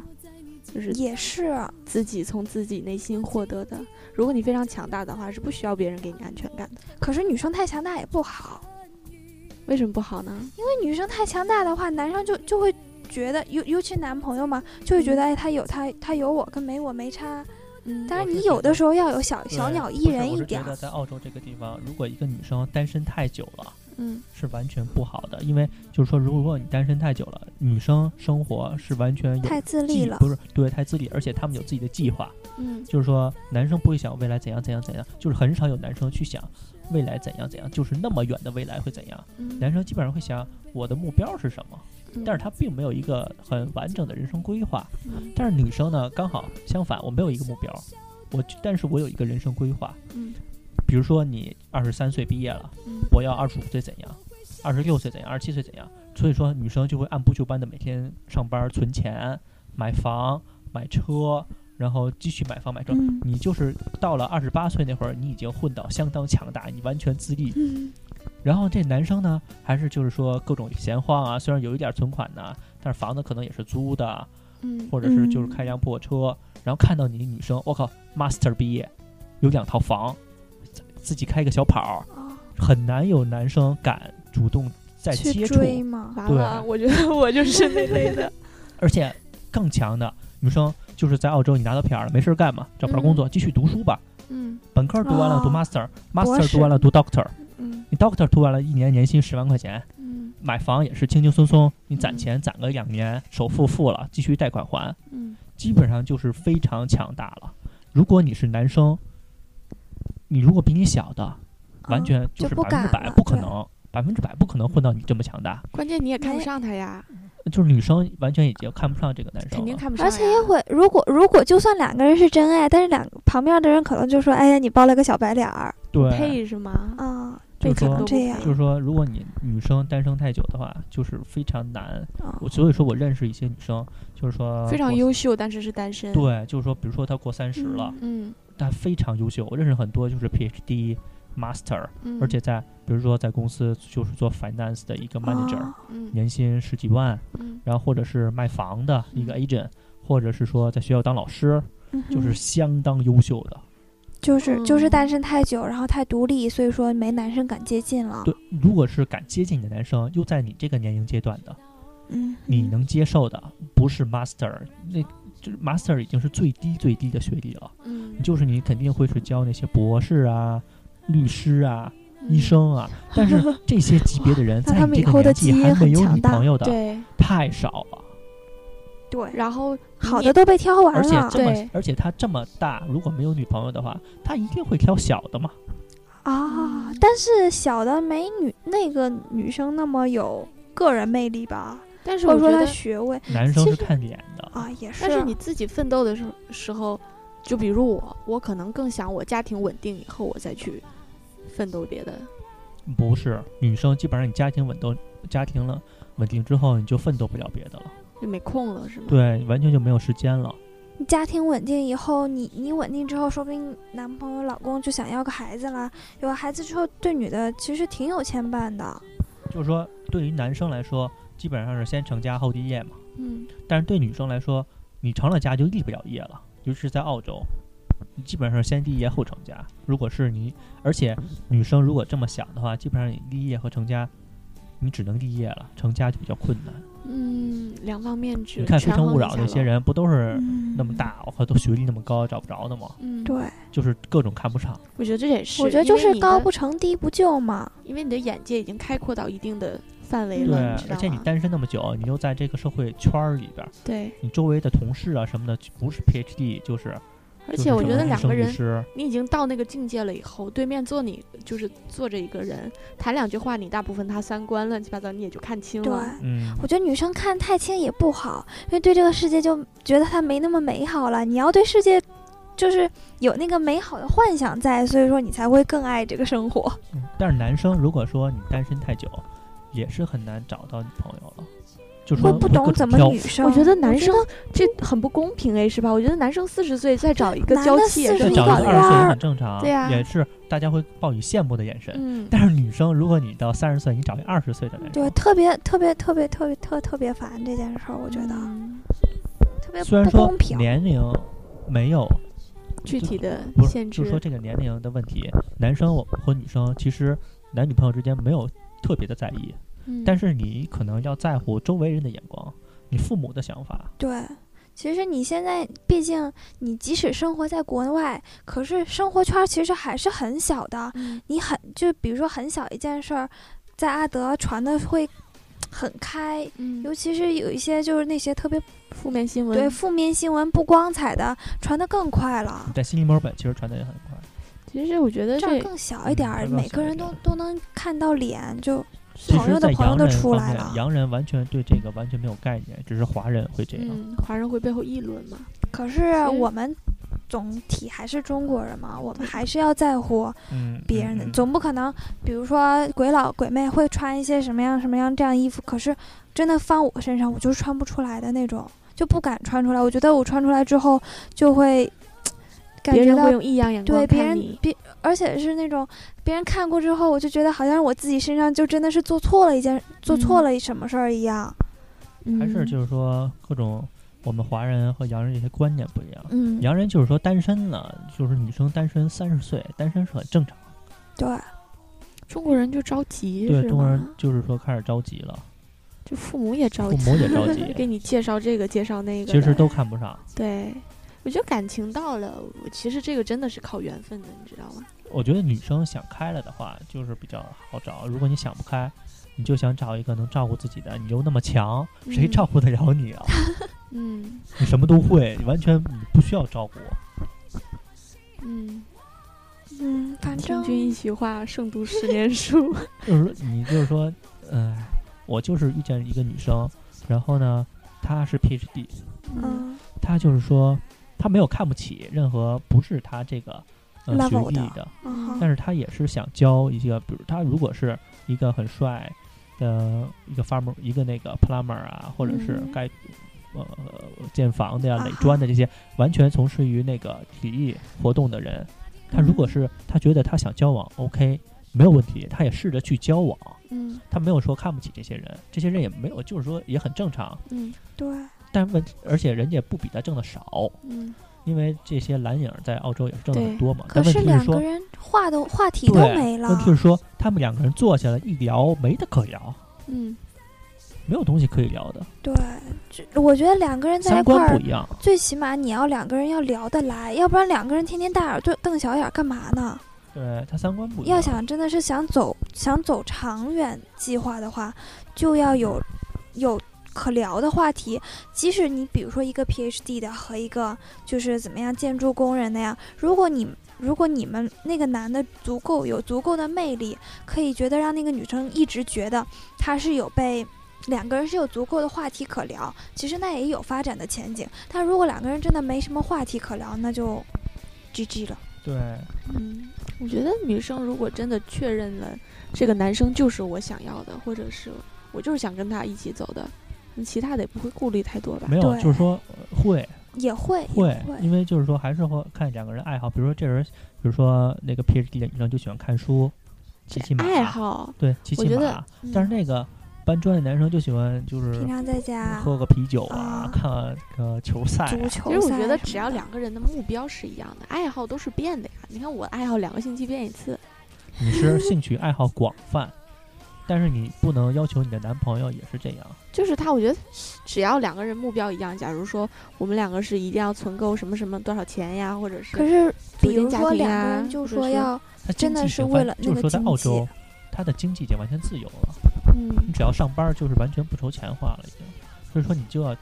D: 就是
E: 也是
D: 自己从自己内心获得的。如果你非常强大的话，是不需要别人给你安全感的。
E: 可是女生太强大也不好，
D: 为什么不好呢？
E: 因为女生太强大的话，男生就就会觉得，尤尤其男朋友嘛，就会觉得哎，他有他他有我跟没我没差。
D: 嗯，
E: 当
C: 我
E: 然，
C: 是
E: 你
C: 觉
E: 有的
C: 得
E: 时候要有小
C: 对
E: 小鸟依
C: 不是
E: 人
C: 我
E: 一
C: 是
E: 点
C: 觉
E: 儿
C: 得。在澳洲这个地方，如果一个女生单身太久了。
D: 嗯，
C: 是完全不好的，因为就是说，如果你单身太久了，女生生活是完全有
E: 太自
C: 计
E: 立了，
C: 不是对太自立，而且他们有自己的计划，
D: 嗯，
C: 就是说男生不会想未来怎样怎样怎样，就是很少有男生去想未来怎样怎样，就是那么远的未来会怎样。
D: 嗯
C: 男生基本上会想我的目标是什么，
D: 嗯
C: 但是他并没有一个很完整的人生规划。
D: 嗯
C: 但是女生呢，刚好相反，我没有一个目标，我就但是我有一个人生规划。
D: 嗯，
C: 比如说你二十三岁毕业了，
D: 嗯
C: 我要二十五岁怎样，二十六岁怎样，二十七岁怎样。所以说，女生就会按部就班的每天上班、存钱、买房、买车，然后继续买房买车。
E: 嗯，
C: 你就是到了二十八岁那会儿，你已经混到相当强大，你完全自立。
D: 嗯
C: 然后这男生呢，还是就是说各种闲晃啊，虽然有一点存款呐、但是房子可能也是租的，
D: 嗯，
C: 或者是就是
E: 嗯
C: 开辆破车，然后看到你女生，我靠，master 毕业，有两套房，自自己开个小跑儿，
E: 哦
C: 很难有男生敢主动再
E: 哦去
C: 接触，
E: 追吗？
D: 嗯完
C: 对
D: 了，我觉得我就是那类的。
C: 而且更强的女生就是在澳洲你拿到 PR 了，没事儿干嘛，找不着工作，继续读书吧。
D: 嗯
C: 本科读完了读
E: 哦博
C: master，master
E: 士
C: 读完了读 doctor，
D: 嗯
C: 你 doctor 读完了一年年薪十万块钱，
D: 嗯
C: 买房也是轻轻松松，你攒
D: 嗯
C: 钱攒个两年，首付付了，继续贷款还，
D: 嗯
C: 基本上就是非常强大了。如果你是男生，你如果比你小的，完全
E: 哦就是不
C: 百分之
E: 敢
C: 百
E: 了
C: 不可
E: 对
C: 能，百分之百不可能混到你这么强大。
D: 关键你也看不
E: 没
D: 上他呀，
C: 就是女生完全已经看不上这个男生了，
D: 肯定看不上呀，
E: 而且也哎会，如果如果就算两个人是真爱，但是两旁边的人可能就说：“哎呀，你包了个小白脸儿
C: 对，
D: 配是吗？
E: 啊，
C: 就是
E: 可能
C: 说
E: 这样
C: 就是说，如果你女生单身太久的话，就是非常难。
E: 啊。
C: 我所以说我认识一些女生，就是说
D: 非常
C: 过
D: 优秀，但是是单身。，
C: 对，就是说，比如说她过三十
E: 嗯
C: 了，
D: 嗯
C: 但非常优秀。我认识很多就是 PhD、Master，
D: 嗯，
C: 而且在比如说在公司就是做 finance 的一个 manager，、
E: 哦
D: 嗯
C: 年薪十几万，
D: 嗯
C: 然后或者是卖房的一个
D: 嗯
C: agent，、或者是说在学校当老师，
E: 嗯哼
C: 就是相当优秀的。
E: 就是就是
D: 嗯
E: 单身太久，然后太独立，所以说没男生敢接近了。
C: 对，如果是敢接近你的男生，又在你这个年龄阶段的，
E: 嗯，
C: 你能接受的不是 master，那就是 master 已经是最低最低的学历了，
D: 嗯，
C: 就是你肯定会去教那些博士啊、律师啊、医
D: 嗯
C: 生啊，但是这些级别的 人
E: 那
C: 在
E: 他
C: 你
E: 们
C: 这
E: 以
C: 个
E: 后的
C: 年纪
E: 基因
C: 还
E: 很
C: 没有
E: 强
C: 女
E: 大
C: 朋友的
D: 对，
C: 太少了。
E: 对，
D: 然后你
E: 好的
D: 也
E: 都被挑完
C: 而且
E: 了
C: 这么
D: 对，
C: 而且他这么大，如果没有女朋友的话，他一定会挑小的嘛。
E: 啊
D: 嗯。
E: 但是小的美女那个女生那么有个人魅力吧，
D: 但是
E: 或
D: 我
E: 者
D: 觉
E: 说
D: 得，
E: 她学位
C: 男生是
E: 其实
C: 看脸的，
E: 啊，也是。
D: 但是你自己奋斗的时候时候，就比如我，我可能更想我家庭稳定以后，我再去奋斗别的。
C: 不是女生基本上你家庭稳定，家庭了稳定之后，你就奋斗不了别的了，
D: 就没空了，是吗？，
C: 对，完全就没有时间了。
E: 你家庭稳定以后，你你稳定之后，说不定男朋友、老公就想要个孩子啦。有了孩子之后，对女的其实挺有牵绊的。
C: 就是说，对于男生来说，基本上是先成家后立业嘛。
D: 嗯，
C: 但是对女生来说，你成了家就立不了业了，尤其是在澳洲，你基本上是先立业后成家。如果是你，而且女生如果这么想的话，基本上你立业和成家，你只能立业了，成家就比较困难。
D: 嗯，两方面去
C: 你看《非
D: 权
C: 诚
D: 衡
C: 勿
D: 一
C: 扰》
D: 下
C: 那些
D: 咯，
C: 人不都是
E: 嗯
C: 那么，大，我靠，都学历那么高，找不着的吗？
D: 嗯，
E: 对，，
C: 就是各种看不上。
D: 我觉得这也是，
E: 我觉得就
D: 因为
E: 是
D: 你
E: 高
D: 的
E: 不，成低不就嘛。
D: 因为你的眼界已经开阔到一定的范围
E: 嗯
C: 对
D: 了，知，道
C: 而
D: 啊
C: 且你
D: 吗
C: 单身那么久，你又在这个社会圈儿里边儿，
D: 对，
C: 你周围的同事啊什么的，不是 PhD 就是，
D: 而
C: 就是
D: 且我
C: 什
D: 觉
C: 么
D: 得
C: 医
D: 两
C: 生
D: 个
C: 律
D: 人，
C: 师
D: 你已经到那个境界了以后，对面坐你就是坐着一个人，谈两句话，你大部分他三观乱七八糟，你也就看清
E: 对，
D: 了。
C: 嗯，
E: 我觉得女生看太清也不好，因为对这个世界就觉得它没那么美好了。你要对世界就是有那个美好的幻想在，所以说你才会更爱这个生活。
C: 嗯但是男生如果说你单身太久，也是很难找到女朋友了，就说
E: 会不
C: 会各
E: 懂
C: 种
E: 怎么
C: 挑
E: 女生，
D: 我觉得男
E: 我觉
D: 生这很不公平哎，是吧？我觉得男生四十岁再找一个
E: 男
D: 娇
E: 的
D: 妻也
E: 40
D: 是
C: 这
E: 岁
C: 找
E: 搞
C: 一个
E: 得搞
C: 二十岁
E: 样
C: 也
E: 儿
C: 很正常，
D: 对呀
C: 也是大家会报以羡慕的眼神。
D: 嗯，
C: 但是女生，如果你到三十岁，你找一二十岁的男
E: 对，
C: 生，
E: 特别特别特别特别特特别烦这件事儿，我觉得、
D: 嗯
E: 特别
C: 虽然
E: 不
C: 说
E: 公平。
C: 年龄没有
D: 具体的
C: 不是，
D: 限
C: 就说
D: 制，
C: 这个年龄的问题，男生我和女生其实男女朋友之间没有特别的在意，
D: 嗯
C: 但是你可能要在乎周围人的眼光，你父母的想法。
E: 对，其实你现在毕竟你即使生活在国外，可是生活圈儿其实还是很小的。
D: 嗯
E: 你很就比如说很小一件事儿，在阿德传的会很开，
D: 嗯
E: 尤其是有一些就是那些特别
D: 负面新闻
E: 对负面新闻不光彩的传的更快了
C: 你。在悉尼、墨尔本其实传的也很快，
D: 其实我觉得
E: 这样
D: 这
E: 更小一点
C: 嗯
E: 儿，
C: 这更
E: 每
C: 小
E: 个
C: 一
E: 人
C: 点
E: 都
C: 儿
E: 都能看到脸，就
C: 其
E: 朋
C: 实，
E: 友的
C: 在
E: 朋友
C: 洋
E: 都
C: 人
E: 出
C: 方
E: 来
C: 面
E: 了，
C: 洋人完全对这个完全没有概念，只是华人会这样。
D: 嗯，华人会背后议论嘛？
E: 可是
D: 其实
E: 我们总体还是中国人嘛，我们还是要在乎
C: 嗯，
E: 别人的，
C: 嗯
E: 总不可能，比如说鬼佬鬼妹会穿一些什么样什么样这样衣服，可是真的放我身上，我就是穿不出来的那种，就不敢穿出来。我觉得我穿出来之后就会感
D: 别
E: 觉
D: 人
E: 到
D: 会用异样眼光
E: 对别
D: 看
E: 人
D: 你，
E: 别，而且是那种别人看过之后，我就觉得好像我自己身上就真的是做错了一件，做错
D: 嗯
E: 了什么事儿一样。
C: 还是
D: 嗯
C: 就是说各种我们华人和洋人这些观念不一样。
E: 嗯，
C: 洋人就是说单身了，就是女生单身三十岁，单身是很正常。
E: 对，
D: 中国人就着急，
C: 对
D: 是
C: 中国人
D: 吗
C: 就是说开始着急了，
D: 就父母也着
C: 父
D: 急，
C: 母也着急，
D: 给你介绍这个介绍那个的，
C: 其实都看不上。
D: 对。我觉得感情到了，我其实这个真的是靠缘分的，你知道吗？
C: 我觉得女生想开了的话，就是比较好找。如果你想不开，你就想找一个能照顾自己的，你又那么强，谁
D: 嗯
C: 照顾得了你啊？
D: 嗯
C: 你什么都会，你完全你不需要照顾。
D: 嗯，
E: 嗯，反
D: 听
E: 正
D: 君一席话，胜读十年 书。嗯
C: 就是说，你就是说，嗯、我就是遇见一个女生，然后呢，她是 PhD，
D: 嗯
E: 嗯
C: 她就是说，她没有看不起任何不是她这个呃
E: Level
C: 学历
E: 的
C: 的，
E: 嗯
C: 但
E: 哼
C: 是她也是想交一些，比如她如果是一个很帅的一个 farmer，一个那个 plumber 啊，或者是
D: 嗯
C: 盖、呃建房的呀、
E: 啊
C: 垒
E: 哈
C: 砖的这些，完全从事于那个体育活动的人，她
E: 嗯
C: 如果是她觉得她想交往，OK，没有问题，她也试着去交往。
D: 嗯
C: 他没有说看不起这些人，这些人也没有，就是说也很正常。
D: 嗯
E: 对，
C: 但问，而且人家不比他挣的少，
D: 嗯
C: 因为这些蓝领在澳洲也是挣的很
D: 对
C: 多嘛。
E: 可
C: 但问
E: 是
C: 题是
E: 两个
C: 说，
E: 人话都话题都没
C: 对，
E: 了
C: 问，题是说他们两个人坐下来一聊，没得可聊，
D: 嗯
C: 没有东西可以聊的，
E: 对，这我觉得两个人在
C: 三
E: 一块
C: 观
E: 儿
C: 不，一样。
E: 最起码你要两个人要聊得来，要不然两个人天天大眼对瞪小眼干嘛呢？
C: 对他三观不一样。
E: 要想真的是想走想走长远计划的话，就要有有可聊的话题。即使你比如说一个 PhD 的和一个就是怎么样建筑工人那样，如果你如果你们那个男的足够有足够的魅力，可以觉得让那个女生一直觉得他是有被。两个人是有足够的话题可聊，其实那也有发展的前景。但如果两个人真的没什么话题可聊，那就 GG 了。
C: 对，
D: 嗯，我觉得女生如果真的确认了这个男生就是我想要的，或者是我就是想跟他一起走的，那其他的也不会顾虑太多吧
C: 没？有，
E: 对
C: 就是说呃会
E: 也会
C: 会
E: 也会，
C: 因为就是说还是会看两个人爱好，比如说这人，比如说那个 PhD 的女生就喜欢看书，骑骑马，啊
D: 爱好，
C: 对，骑
D: 我
C: 骑
D: 觉
C: 马。啊
D: 得
E: 嗯
C: 但是那个搬砖的男生就喜欢就是嗯
E: 平常在家
C: 喝个啤酒啊，
E: 啊
C: 看个球赛啊、
E: 足
D: 其
E: 球
D: 实我
E: 赛
D: 觉得
E: 什
D: 只
E: 么
D: 要
E: 的
D: 两个人的目标是一样的，爱好都是变的呀。你看我爱好两个星期变一次，
C: 你是兴趣爱好广泛，但是你不能要求你的男朋友也是这样。
D: 就是他，我觉得只要两个人目标一样，假如说我们两个是一定要存够什么什么多少钱呀，或者是
E: 可是，
D: 组
E: 比
D: 建
E: 如
D: 家
E: 说
D: 庭
E: 两
D: 呀
E: 个人就
D: 或者
E: 说
D: 是
E: 要
C: 他
E: 真的
C: 经济
E: 是
C: 已经
E: 为
C: 完
E: 了那
C: 就是
E: 个
C: 说在
E: 经
C: 澳
E: 济
C: 洲，他的经济已经完全自由了，
D: 嗯
C: 你只要上班就是完全不愁钱花了已经。所以说你就要就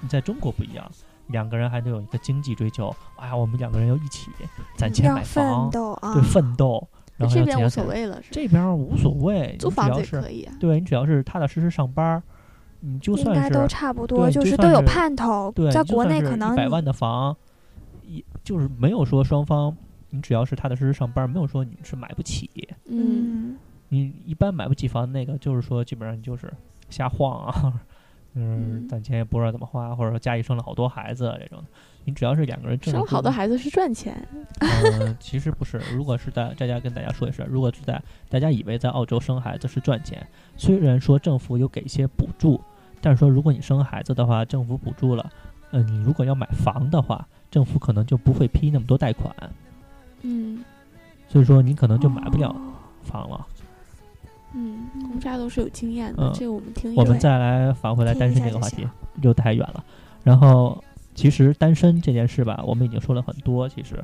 C: 你在中国不一样，两个人还得有一个经济追求。哎呀，我们两个人要一起攒钱
E: 要
C: 买
E: 奋
C: 房，
E: 斗啊
C: 对，，奋斗。
D: 那
C: 然后
D: 这
C: 要
D: 边
C: 怎
D: 无
C: 样
D: 所
C: 怎样，
D: 谓了，是吧
C: 这边无所谓，
D: 租
C: 你只
D: 房
C: 要
D: 子也
C: 是
D: 可以啊。
C: 对你只要是踏踏实实上班儿，你就
E: 应
C: 算
E: 该
C: 是
E: 都差不多，
C: 对
E: 就
C: 就是算
E: 都有
C: 是
E: 盼头
C: 对，。
E: 在国内可能
C: 一百万的房，也就是没有说双方，你只要是踏踏实实上班儿，没有说你是买不起。
D: 嗯，
E: 嗯，
C: 你一般买不起房，那个就是说基本上你就是瞎晃啊，嗯，
D: 嗯
C: 攒钱也不知道怎么花，或者说家里生了好多孩子啊这种的。你只要是两个人挣
D: 生
C: 得
D: 好
C: 多
D: 多孩子是赚钱，
C: 嗯，其实不是。如果是在大家跟大家说一声，如果是在大家以为在澳洲生孩子是赚钱，虽然说政府有给一些补助，但是说如果你生孩子的话，政府补助了，嗯、你如果要买房的话，政府可能就不会批那么多贷款，
D: 嗯
C: 所以说你可能就买不了
E: 哦
C: 房了。
D: 嗯，我们大家都是有经验的
C: 嗯，
D: 这个我们听
C: 我
D: 一
C: 们
D: 下。
C: 再来返回来
E: 听
C: 单
E: 一
C: 身
E: 下
C: 这个
E: 就
C: 话题
E: 行，
C: 又太远了。然后其实单身这件事吧，我们已经说了很多。其实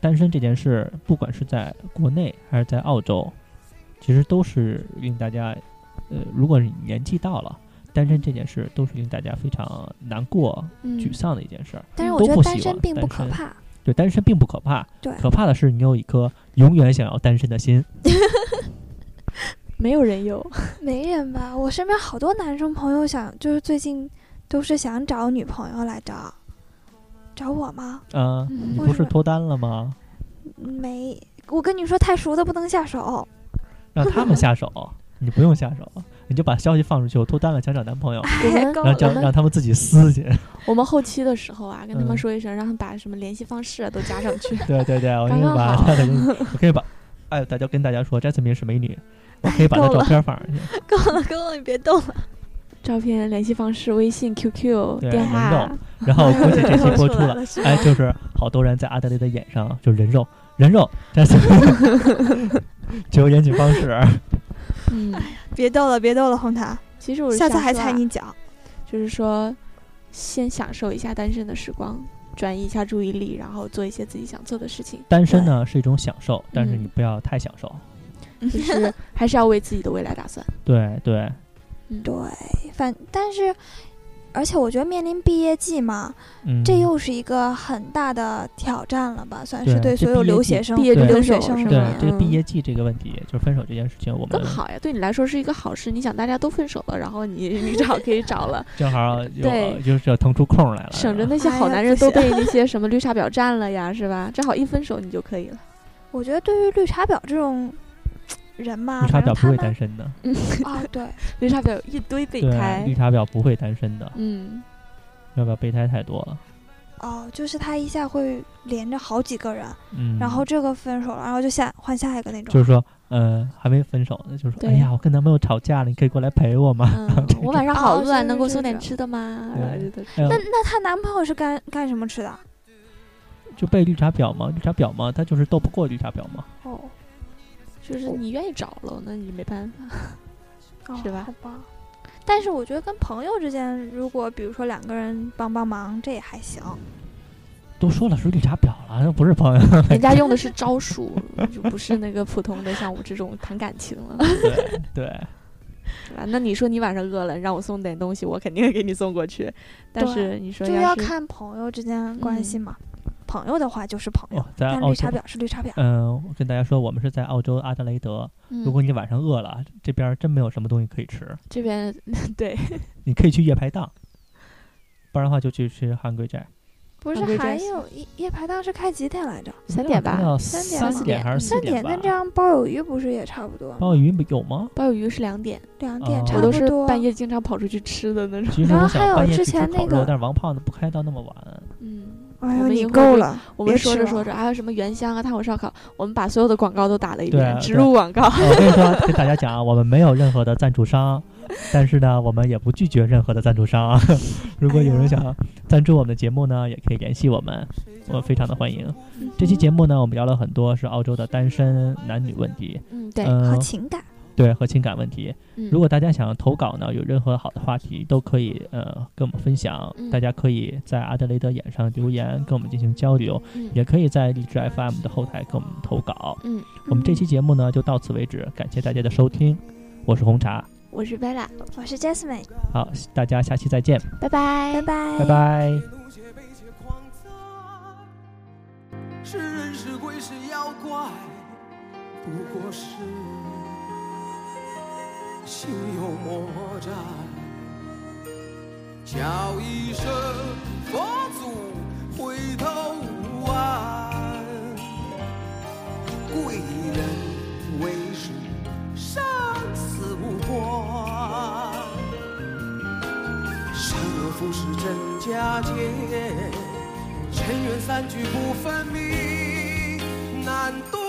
C: 单身这件事，不管是在国内还是在澳洲，其实都是令大家，呃，如果你年纪到了，单身这件事都是令大家非常难过、
D: 嗯
C: 沮丧的一件事儿。
E: 但是
C: 都
E: 我觉
C: 不
E: 得单
C: 喜
E: 身
C: 欢
E: 并不
C: 单
E: 可
C: 身
E: 怕，
C: 对，单身并不可怕，
E: 对
C: 可怕的是你有一颗永远想要单身的心。
D: 没有人有，
E: 没人吧？我身边好多男生朋友想，就是最近都是想找女朋友来着，找我吗？
C: 嗯、
D: 嗯
C: 你不
E: 为什
C: 是
E: 么
C: 脱单了吗？
E: 没，我跟你说，太熟的不能下手。
C: 让他们下 手，你不用下手，你就把消息放出去，我脱单了，想找男朋友。
D: 我
E: 哎
D: 们
E: 够
C: 然
E: 了
C: 后叫
D: 我们
C: 让他们自己撕去。
D: 我们后期的时候啊，跟他们
C: 嗯
D: 说一声，让他们把什么联系方式啊都加上去。
C: 对对对，我可以把
D: 刚
E: 哦
D: 刚好
C: 他的，我可以把，哎，大家跟大家说，詹思明是美 女，我可以把她
E: 够
C: 照
E: 了
C: 片放上去。
E: 够了，够了，你别动了。
D: 照片、联系方式、微信、QQ、
C: 对
D: 电
C: 能
D: 话
C: 弄，然后估计这期播出
E: 出来
C: 了，
E: 了是吧
C: 哎，就是好多人在阿德雷的眼上就人肉人肉詹 思明，只有联系方式。
D: 嗯，
E: 别逗了，别逗了，红塔，
D: 其实我是
E: 下次
D: 想
E: 还
D: 说啊
E: 踩你脚。
D: 就是说，先享受一下单身的时光，转移一下注意力，然后做一些自己想做的事 情。
C: 单身呢是一种享受，但是你
D: 嗯
C: 不要太享受。
D: 就是还是要为自己的未来打算。
C: 对对，
E: 对，反但是，而且我觉得面临毕业季嘛，
C: 嗯，
E: 这又是一个很大的挑战了吧，算是
C: 对
E: 对
C: 这
E: 所有
C: 毕业
E: 留
C: 季
E: 学生、
D: 毕业
C: 对
E: 留
D: 就
E: 学
D: 是
E: 生
D: 有
E: 是
D: 是
C: 对
E: 吧
D: 吧？
C: 这个
D: 嗯
C: 毕业季这个问题，就是分手这件事情，我们
D: 更好呀，对你来说是一个好事。你想，大家都分手了，然后你你找可以找了，
C: 正好有
D: 对
C: 就是要腾出空来了，
D: 省着
C: 是吧
D: 那些好
E: 哎呀
D: 男
E: 不
D: 人都
E: 行
D: 被那些什么绿茶婊占了呀，是吧？正好一分手你就可以了。
E: 我觉得对于绿茶婊这种人嘛，
C: 绿茶
E: 反
C: 婊
E: 正
C: 不
E: 他
C: 会
E: 们
C: 单身的，
E: 啊，对，
D: 绿茶婊有一堆备
C: 对，
D: 胎
C: 绿，茶婊不会单身的，
D: 嗯，
C: 要不要备胎太多了？
E: 哦，就是他一下会连着好几个人，
C: 嗯，
E: 然后这个分手了，然后就下换下一个那种。
C: 就是说，呃，还没分手呢，就是说，
D: 对
C: 哎呀，我跟男朋友吵架了，你可以过来陪我吗？
D: 嗯，我晚上好
E: 哦
D: 饿，
E: 是
D: 能给我
E: 是
D: 送点
E: 是
D: 吃的吗？然后
C: 对
D: 就都是
C: 哎呦
E: 那，那她男朋友是干干什么吃的？啊
C: 就被绿茶婊嘛，绿茶婊嘛，他就是斗不过绿茶婊嘛。
E: 哦，
D: 就是你愿意找了，那你没办 法。
E: 哦
D: 是吧
E: 好吧。但是我觉得跟朋友之间，如果比如说两个人帮帮忙，这也还行。
C: 都说了是绿茶婊了，那不是 朋友。
D: 人家用的是招数，就不是那个普通的像我这种谈感情了，
C: 对对，
D: 是吧？那你说你晚上饿了，你让我送点东西，我肯定给你送过去。但
E: 对
D: 是你说
E: 就要嗯
D: 是
E: 看朋友之间关系嘛。朋友的话就是朋友
C: 哦，，在
E: 哎但
C: 澳
E: 绿
C: 洲
E: 茶，婊是绿茶婊。
C: 嗯、我跟大家说，我们是在澳洲阿德雷德。如果
D: 嗯、
C: 你晚上饿了，这边真没有什么东西可以吃，
D: 这边 对，
C: 你可以去夜排档，不然的话就去吃 Hungry Jack。
E: 不
D: 啊对
E: 是
D: 这
E: 还
D: 样
E: 有夜夜排档是开几点来着？
D: 三点
C: 不知道
D: 吧，
E: 三
C: 三
E: 点吧
C: 点还是四
E: 三点。
C: 吧哦
E: 那？这样鲍有鱼不是也差不多吗？
C: 鲍鱼有吗？
D: 鲍鱼是两点，
E: 两
C: 哦
E: 点差
D: 我
E: 不多。
D: 都是半夜经常跑出去吃的那种。
C: 其实
E: 然
C: 我
E: 后
C: 想
E: 还有
C: 半夜去
E: 之
C: 吃
E: 前
C: 烤
E: 那
C: 肉，
E: 个
C: 但是王胖子不开到那么晚。
D: 嗯，
E: 哎
D: 我
E: 呦，
D: 们
E: 你
D: 以后
E: 够
D: 就
E: 了！
D: 我们
E: 别
D: 说
E: 吃
D: 着
E: 了
D: 说着，还有什么原香啊、炭火烧烤，我们把所有的广告都打了一
C: 对
D: 遍
C: 啊，
D: 植
C: 对
D: 入广告。
C: 我跟你说，跟大家讲啊，我们没有任何的赞助商， 但是呢，我们也不拒绝任何的赞助商 啊。如果有人想赞助我们的节目呢，也可以联系我们，我非常的欢迎。这期节目呢，我们聊了很多是澳洲的单身男女问题，
D: 嗯，对，
C: 嗯、
E: 好情感。
C: 对和情感问题。
D: 嗯
C: 如果大家想投稿呢，有任何好的话题都可以呃跟我们分享，
D: 嗯
C: 大家可以在阿德雷德眼上留言跟我们进行交流，
D: 嗯
C: 也可以在荔枝 FM 的后台给我们投稿。
D: 嗯，
C: 我们这期节目呢就到此为止，感谢大家的收听，我是红茶，
D: 我是贝拉，
E: 我是 Jasmine，
C: 好，大家下期再见，
D: 拜拜
E: 拜拜
C: 拜拜。
A: 路且悲且狂哉，是人是鬼是妖怪，不过是心有魔债。叫一声佛祖，回头无岸。贵人为师，生死无关。善恶浮世真假界，尘缘散聚不分明，难度